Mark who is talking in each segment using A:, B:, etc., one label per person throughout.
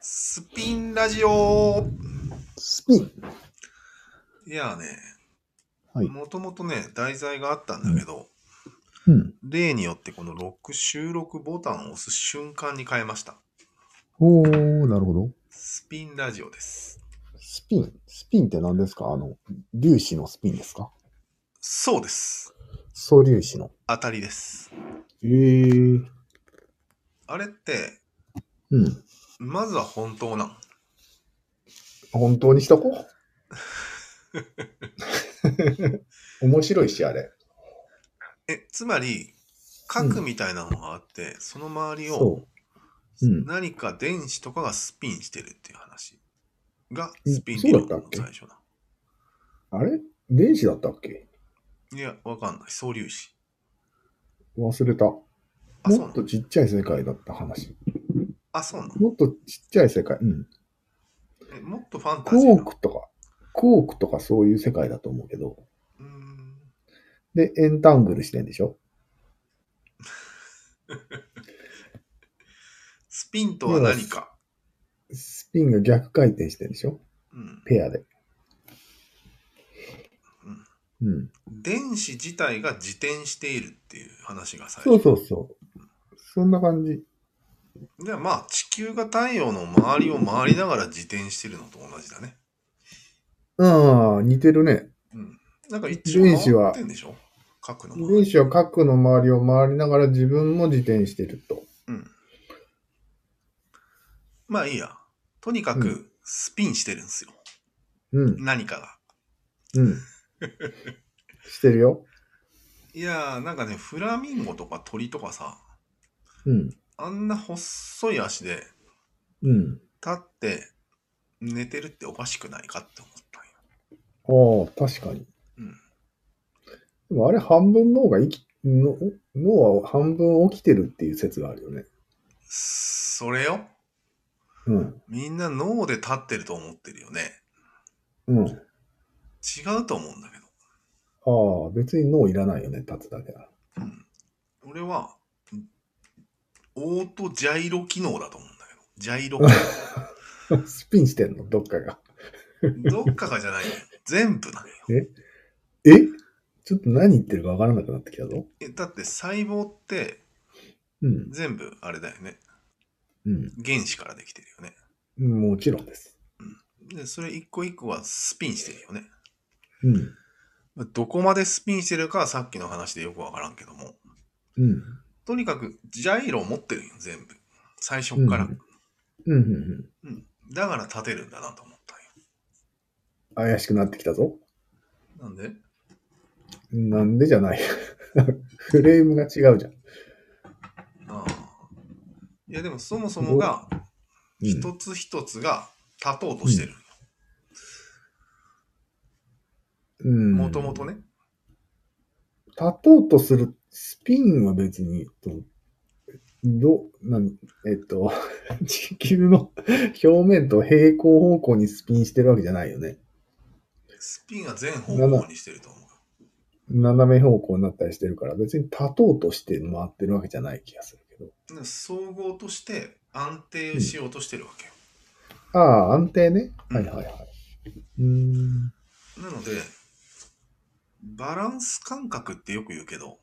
A: スピンラジオ
B: スピン。
A: いやね、
B: はい
A: もともとね、題材があったんだけど、
B: うん。
A: 例によってこのロック収録ボタンを押す瞬間に変えました。
B: おー、なるほど。
A: スピンラジオです。
B: スピン。スピンって何ですかあの、粒子のスピンですか
A: そうです。
B: 素粒子の。
A: 当たりです。
B: えー。
A: あれって、
B: うん。
A: まずは本当なん。
B: 本当にしと こう。面白いし、あれ。
A: え、つまり、核みたいなのがあって、その周りを
B: そううん
A: 何か電子とかがスピンしてるっていう話が
B: え
A: スピン理論
B: そうだ
A: の
B: ったっけ
A: 最初だ。
B: う。あれ電子だったっけ
A: いや、わかんない。素粒子。
B: 忘れた。も
A: あ、そうな
B: っ
A: の
B: とちっちゃい世界だった話。
A: あ、そうなの
B: もっとちっちゃい世界。うん。
A: え、もっとファンタ
B: ク
A: ジー
B: ォ
A: な
B: ークとか、クォークとかそういう世界だと思うけど。
A: うーん
B: で、エンタングルしてんでしょ
A: スピンとは何か。
B: スピンが逆回転してんでしょ
A: うん
B: ペアで。うん。
A: 電子自体が自転しているっていう話が最
B: そう
A: 初。
B: そうそう。そんな感じ。
A: じゃあまあ地球が太陽の周りを回りながら自転してるのと同じだね。
B: ああ、似てるね。
A: うん。なんか一応
B: 電子
A: 回
B: は
A: ってんでしょ核の周
B: 電
A: り。
B: 子は核の周りを回りながら自分も自転してると。
A: うん。まあいいや。とにか
B: う
A: くスピンしてるんですよ。
B: うん。
A: 何かが。
B: うん。してるよ。
A: いやーなんかね、フラミンゴとか鳥とかさ、
B: うん。
A: あんな細い足で
B: うん。
A: 立って寝てるっておかしくないかって思ったんよ。
B: ああ、確かに。
A: うん
B: でもあれ半分脳が生き、の脳は半分起きてるっていう説があるよね。
A: それよ。
B: うん。
A: みんな脳で立ってると思ってるよね。
B: うん。
A: 違うと思うんだけど。
B: ああ、別に脳いらないよね、立つだけだ。
A: うん、俺は、オートジャイロ機能だと思うんだけど。ジャイロ。
B: スピンしてんの、どっかが。
A: どっかがじゃないよ。全部なのよ。
B: えちょっと何言ってるかわからなくなってきたぞ。
A: えだって細胞って
B: うん。
A: 全部あれだよね。
B: うん。
A: 原子からできてるよね。
B: もちろんです。
A: で、それ一個一個はスピンしてるよね。
B: うん。
A: どこまでスピンしてるかはさっきの話でよくわからんけども。
B: うん。
A: とにかくジャイロを持ってるよ、全部。最初っから。
B: うんうん。うん。
A: うん、だから立てるんだなと思った
B: 怪しくなってきたぞ。
A: んよ。なんで
B: なんでじゃない。 フレームが違うじゃん。
A: ああ。いやでもそもそもが
B: うん
A: 一つ一つが立とうとしてる。
B: うん。
A: もともとね。
B: 立とうとするスピンは別に、とど、なん、えっと、 地球の 表面と平行方向にスピンしてるわけじゃないよね。
A: スピンは全方向にしてると思う。
B: 斜め方向になったりしてるから、別に立とうとして回ってるわけじゃない気がするけど。
A: だから総合として安定しようとしてるわけよ。
B: ああ、安定ね。
A: うん
B: はいはいはい。うーん。
A: なので、バランス感覚ってよく言うけど、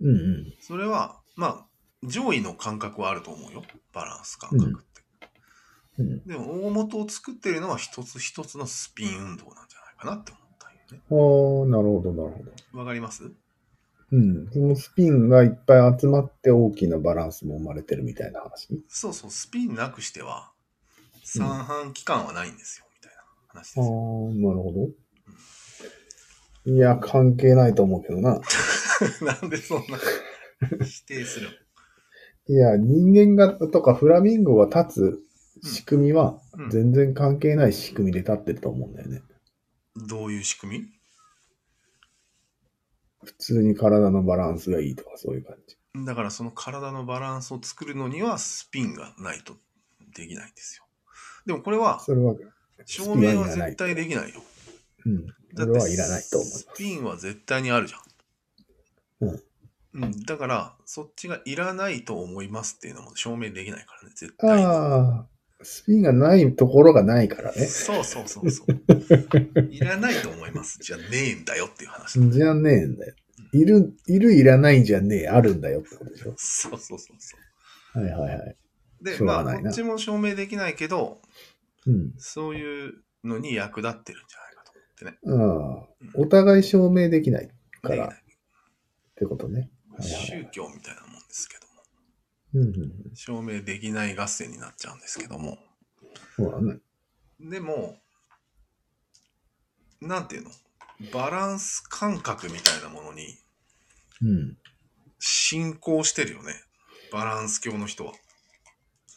B: うんうん。
A: それは、まあ、上位の感覚はあると思うよ。バランス感覚って。
B: うん、
A: でも、大元を作ってるのは一つ一つのスピン運動なんじゃないかなって思ったんよね。
B: ああ、なるほど、なるほど。
A: わかります
B: うん。そのスピンがいっぱい集まって大きなバランスも生まれてるみたいな話。
A: そうそう、スピンなくしては、三半規管はないんですよ、みたいな話です
B: ああ、なる
A: よ。
B: ほど。いや、関係ないと思うけど
A: な
B: な。
A: んでそんな否定する
B: いや、人間がとかフラミンゴが立つ仕組みは
A: うんうん
B: 全然関係ない仕組みで立ってると思うんだよね。
A: のどういう仕組み
B: 普通に体のバランスがいいとかそういう感じ。
A: だからその体のバランスを作るのにはスピンがないとできないんですよ。でもこれは
B: それは、
A: 証明は絶対できないよ。
B: うん。それはいらないと思う。
A: スピンは絶対にあるじゃん。うん。だからそっちがいらないと思いますっていうのも証明できないからね、絶対に。
B: ああ、スピンがないところがないからね。
A: そうそうそう そう。いらないと思います。じゃねえんだよっていう話。
B: じゃねえんだよ。いる、いるいらないじゃねえ、あるんだよってことでしょ。
A: そうそうそうそ
B: はいはいはい。
A: う。で、
B: しょう
A: ま
B: が
A: あ、
B: ないな
A: どっちも証明できないけど、
B: うん。
A: そういうのに役立ってるんじゃないかと思ってね。
B: ああ、お互い証明できないか
A: でき
B: らっ
A: ない
B: てことね。はいはい
A: 宗教みたいなもんですけども、
B: うんうん。
A: 証明できない合戦になっちゃうんですけども、
B: そうだね。
A: でも、なんていうのバランス感覚みたいなものに
B: うん。
A: 信仰してるよね。バランス教の人は。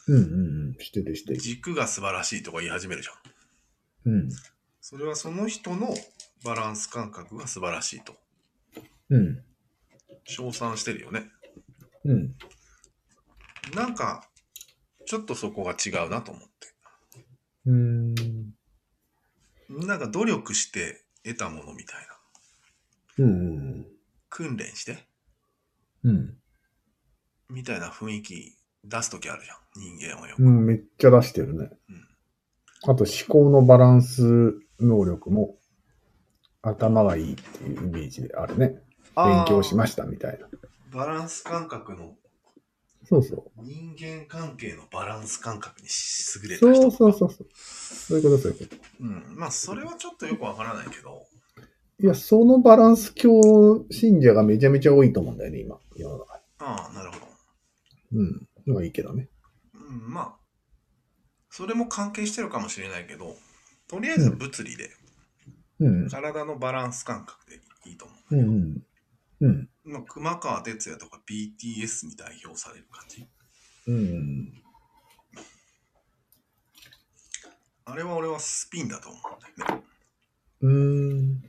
B: うんうんうん。してるしてる。
A: 軸が素晴らしいとか言い始めるじゃん。
B: うん。
A: それはその人のバランス感覚が素晴らしいと
B: うん。
A: 称賛してるよね。
B: うん。
A: なんか、ちょっとそこが違うなと思って。
B: うん。
A: なんか努力して得たものみたいな。
B: うん。
A: 訓練して
B: うん。
A: みたいな雰囲気出すときあるじゃん。人間はよく。
B: うん。めっちゃ出してるね
A: うん。
B: あと思考のバランス能力も頭がいいっていうイメージであるね。勉強しましたみたいな。
A: バランス感覚の
B: そうそう。
A: 人間関係のバランス感覚に優れた
B: そう
A: 人。
B: そうそうそう。そういうことそういうこと。
A: うん。まあそれはちょっとよくわからないけど。
B: いや、そのバランス教信者がめちゃめちゃ多いと思うんだよね、今。世の中
A: ああ、なるほど。
B: うん。のがいいけどね。
A: うん、まあそれも関係してるかもしれないけどとりあえず物理で、
B: うん。
A: 体のバランス感覚でいいと思
B: うんうん。うん。
A: う、まあ、熊川哲也とか BTS に代表される感じ
B: うん。
A: あれは俺はスピンだと思うんだよね
B: うーん。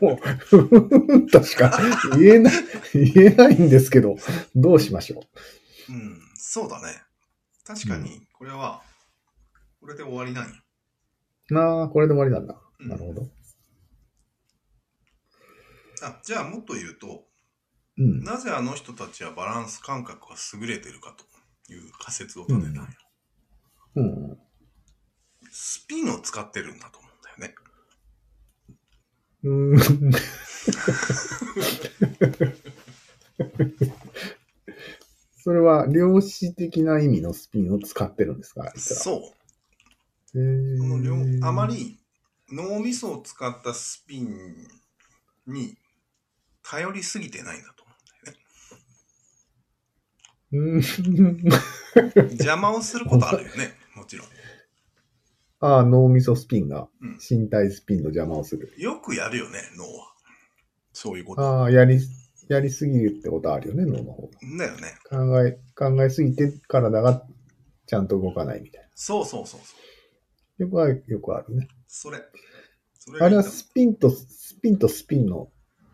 B: もう、ふーんとしか言えない、言えないんですけど、どうしましょ
A: うんそうだね確かにこれは、これで終わりなんよ、
B: う。なあ、これで終わりなんだ。
A: うん
B: なるほど。
A: あじゃあもっと言うと
B: うん。
A: なぜあの人たちはバランス感覚が優れてるかという仮説を立てたんよ、
B: うん。
A: スピンを使ってるんだと思うんだよね
B: うーんそれは、量子的な意味のスピンを使ってるんですかあいつら
A: そう
B: へー
A: この両あまり脳みそを使ったスピンに頼りすぎてないんだと思
B: うん
A: うんだよね。邪魔をすることあるよね、 もちろん。
B: ああ、脳みそスピンが
A: うん
B: 身体スピンの邪魔をする。
A: よくやるよね、脳は。そういうこと。
B: ああ、やり、やりすぎるってことあるよね、脳の方
A: だよね。
B: 考え、考えすぎて体がちゃんと動かないみたい
A: そうそうそうそう。
B: な。よくある、よくあるね。
A: それ。それ
B: あ
A: がいい
B: れ
A: ん
B: は
A: だ
B: スピンと、スピンとスピンの、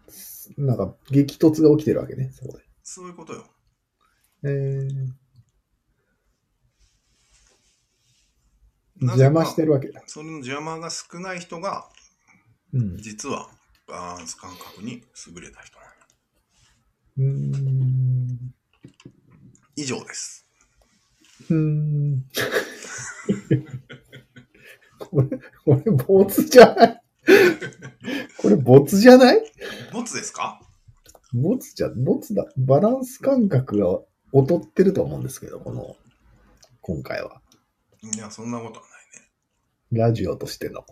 B: すなんか激突が起きてるわけね、そこ
A: そういうことよ。
B: で。えー、
A: なぜ
B: 邪
A: か
B: 魔してるわけだ。
A: その邪魔が少ない人が、
B: うん。
A: 実はバランス感覚に優れた人なんよ
B: うーん。
A: 以上です。
B: うーん。 これ、これ、ボツじゃないこれ、ボツじゃない
A: ボツですか
B: ボツじゃ、ボツだ。バランス感覚が劣ってると思うんですけど、この、今回は。
A: いや、そんなことはないね。
B: ラジオとしての。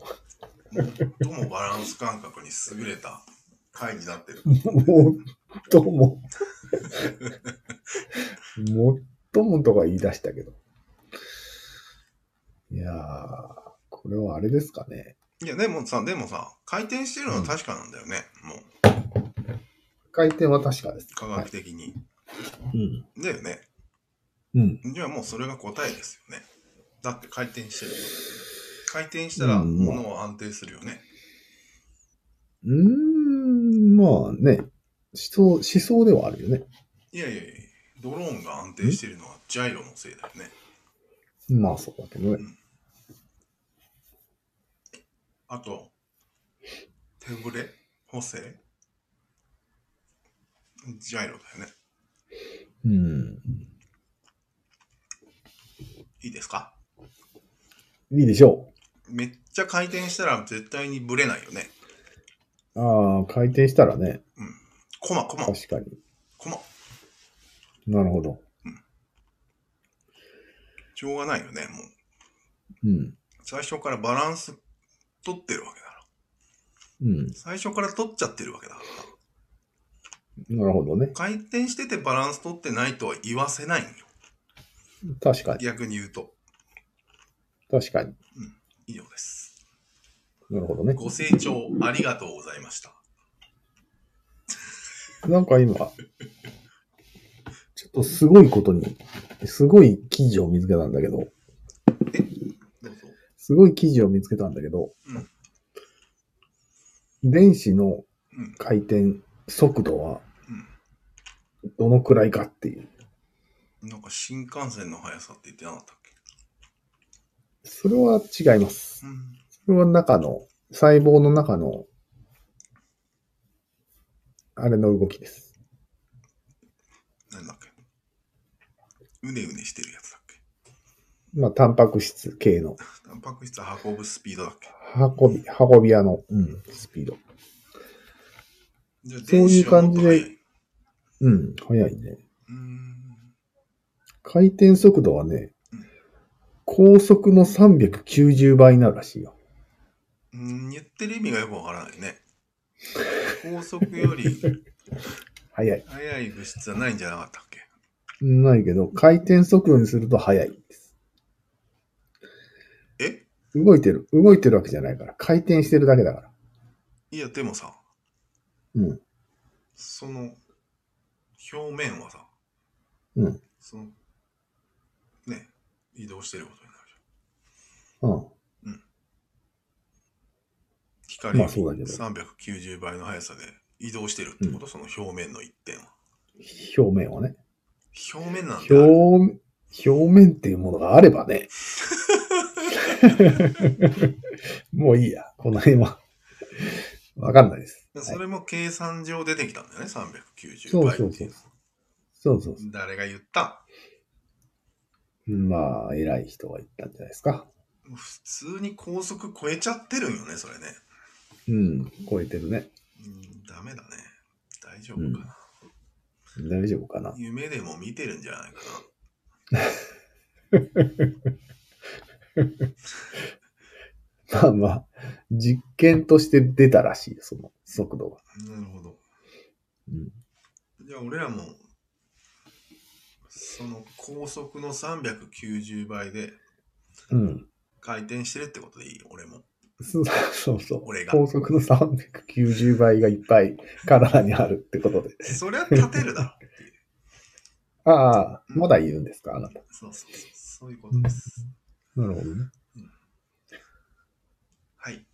A: ともバランス感覚に優れた回になってる。
B: もっとも。もっともとか言い出したけど。いやー、これはあれですかね。
A: いや、でもさ、でもさ、回転してるのは確かなんだよね。もう、
B: 回転は確かです。
A: 科学的に。
B: うん。
A: だよね。
B: うん。
A: じゃあもうそれが答えですよね。だって回転してるよ。回転したら
B: うん
A: 物は安定するよね。
B: うーん、まあね。思想、思想ではあるよね。
A: いやいやいや、ドローンが安定してるのはジャイロのせいだよね。
B: まあそうだけどね。
A: あと、手ぶれ補正ジャイロだよね。
B: うん。
A: いいですか
B: いいでしょ
A: めっちゃ回転したら絶対にブレないよね。
B: う。ああ、回転したらね、
A: コマコマ
B: 確かに。
A: コマ。
B: なるほど。
A: しょうがないよね。もう
B: うん。
A: 最初からバランス取ってるわけだから。
B: うん。
A: 最初から取っちゃってるわけだから。
B: なるほどね。
A: 回転しててバランス取ってないとは言わせないんよ。
B: 確かに。
A: 逆に言うと。
B: 確かに。
A: 以上です。
B: なるほどね。
A: ご清聴ありがとうございました。
B: なんか今、ちょっとすごいことに、すごい記事を見つけたんだけど、
A: どうぞ。
B: すごい記事を見つけたんだけど、電子の
A: うん。
B: 回転速度は
A: うん。
B: どのくらいかっていう。
A: なんか新幹線の速さって言ってなかったっ
B: それは違います
A: け。うん。
B: それは中の、細胞の中の、あれの動きです。
A: なんだっけうねうねしてるやつだっけ
B: まあ、タンパク質系の
A: タンパク質運ぶスピードだっけ
B: 運び、運び屋の、うん、スピード。
A: じゃあ
B: そういう感じで
A: 電子はもっと速い
B: うん、速いね。
A: うーん。
B: 回転速度はね、高速の390倍になるらしいよ。
A: うん言ってる意味がよくわからないね。高速より
B: 速い。
A: 速い物質はないんじゃなかったっけ
B: ないけど、回転速度にすると速いです。
A: え
B: 動いてる。動いてるわけじゃないから。回転してるだけだから。
A: いや、でもさ、
B: うん。
A: その表面はさ、
B: うん。
A: その、ね、移動してることになる
B: うん。
A: じゃん。光
B: まあそうだけど
A: 390倍の速さで移動してるってこと、その表面の一点は。
B: 表面はね。
A: 表面なんだ。
B: 表、表面っていうものがあれ ばね。もういいや。この辺は。わかんないです。
A: それも計算上出てきたんだよね、390
B: そう
A: 倍って
B: そ
A: いう
B: うそう。そうそうそ
A: 誰が言った
B: う。まあ、偉い人が言ったんじゃないですか。
A: 普通に高速超えちゃってるんよね、それね。
B: うん。超えてるね。
A: うん、ダメだね。大丈夫かな。
B: 大丈夫かな。
A: 夢でも見てるんじゃないか
B: まあまあ、実験として出たらしいよ、その速度が。
A: な。なるほど。
B: うん、
A: じゃあ俺らもその高速の390倍で
B: うん。
A: 回転してるってことでいい俺 も
B: そうそうそう。
A: 俺が
B: 高速の390倍がいっぱい体にあるってことで。
A: そりゃ立てるだろっていう
B: ああ、まだ言うんですか、あなた。
A: そうそうそうそういうことです
B: なるほどね。
A: はい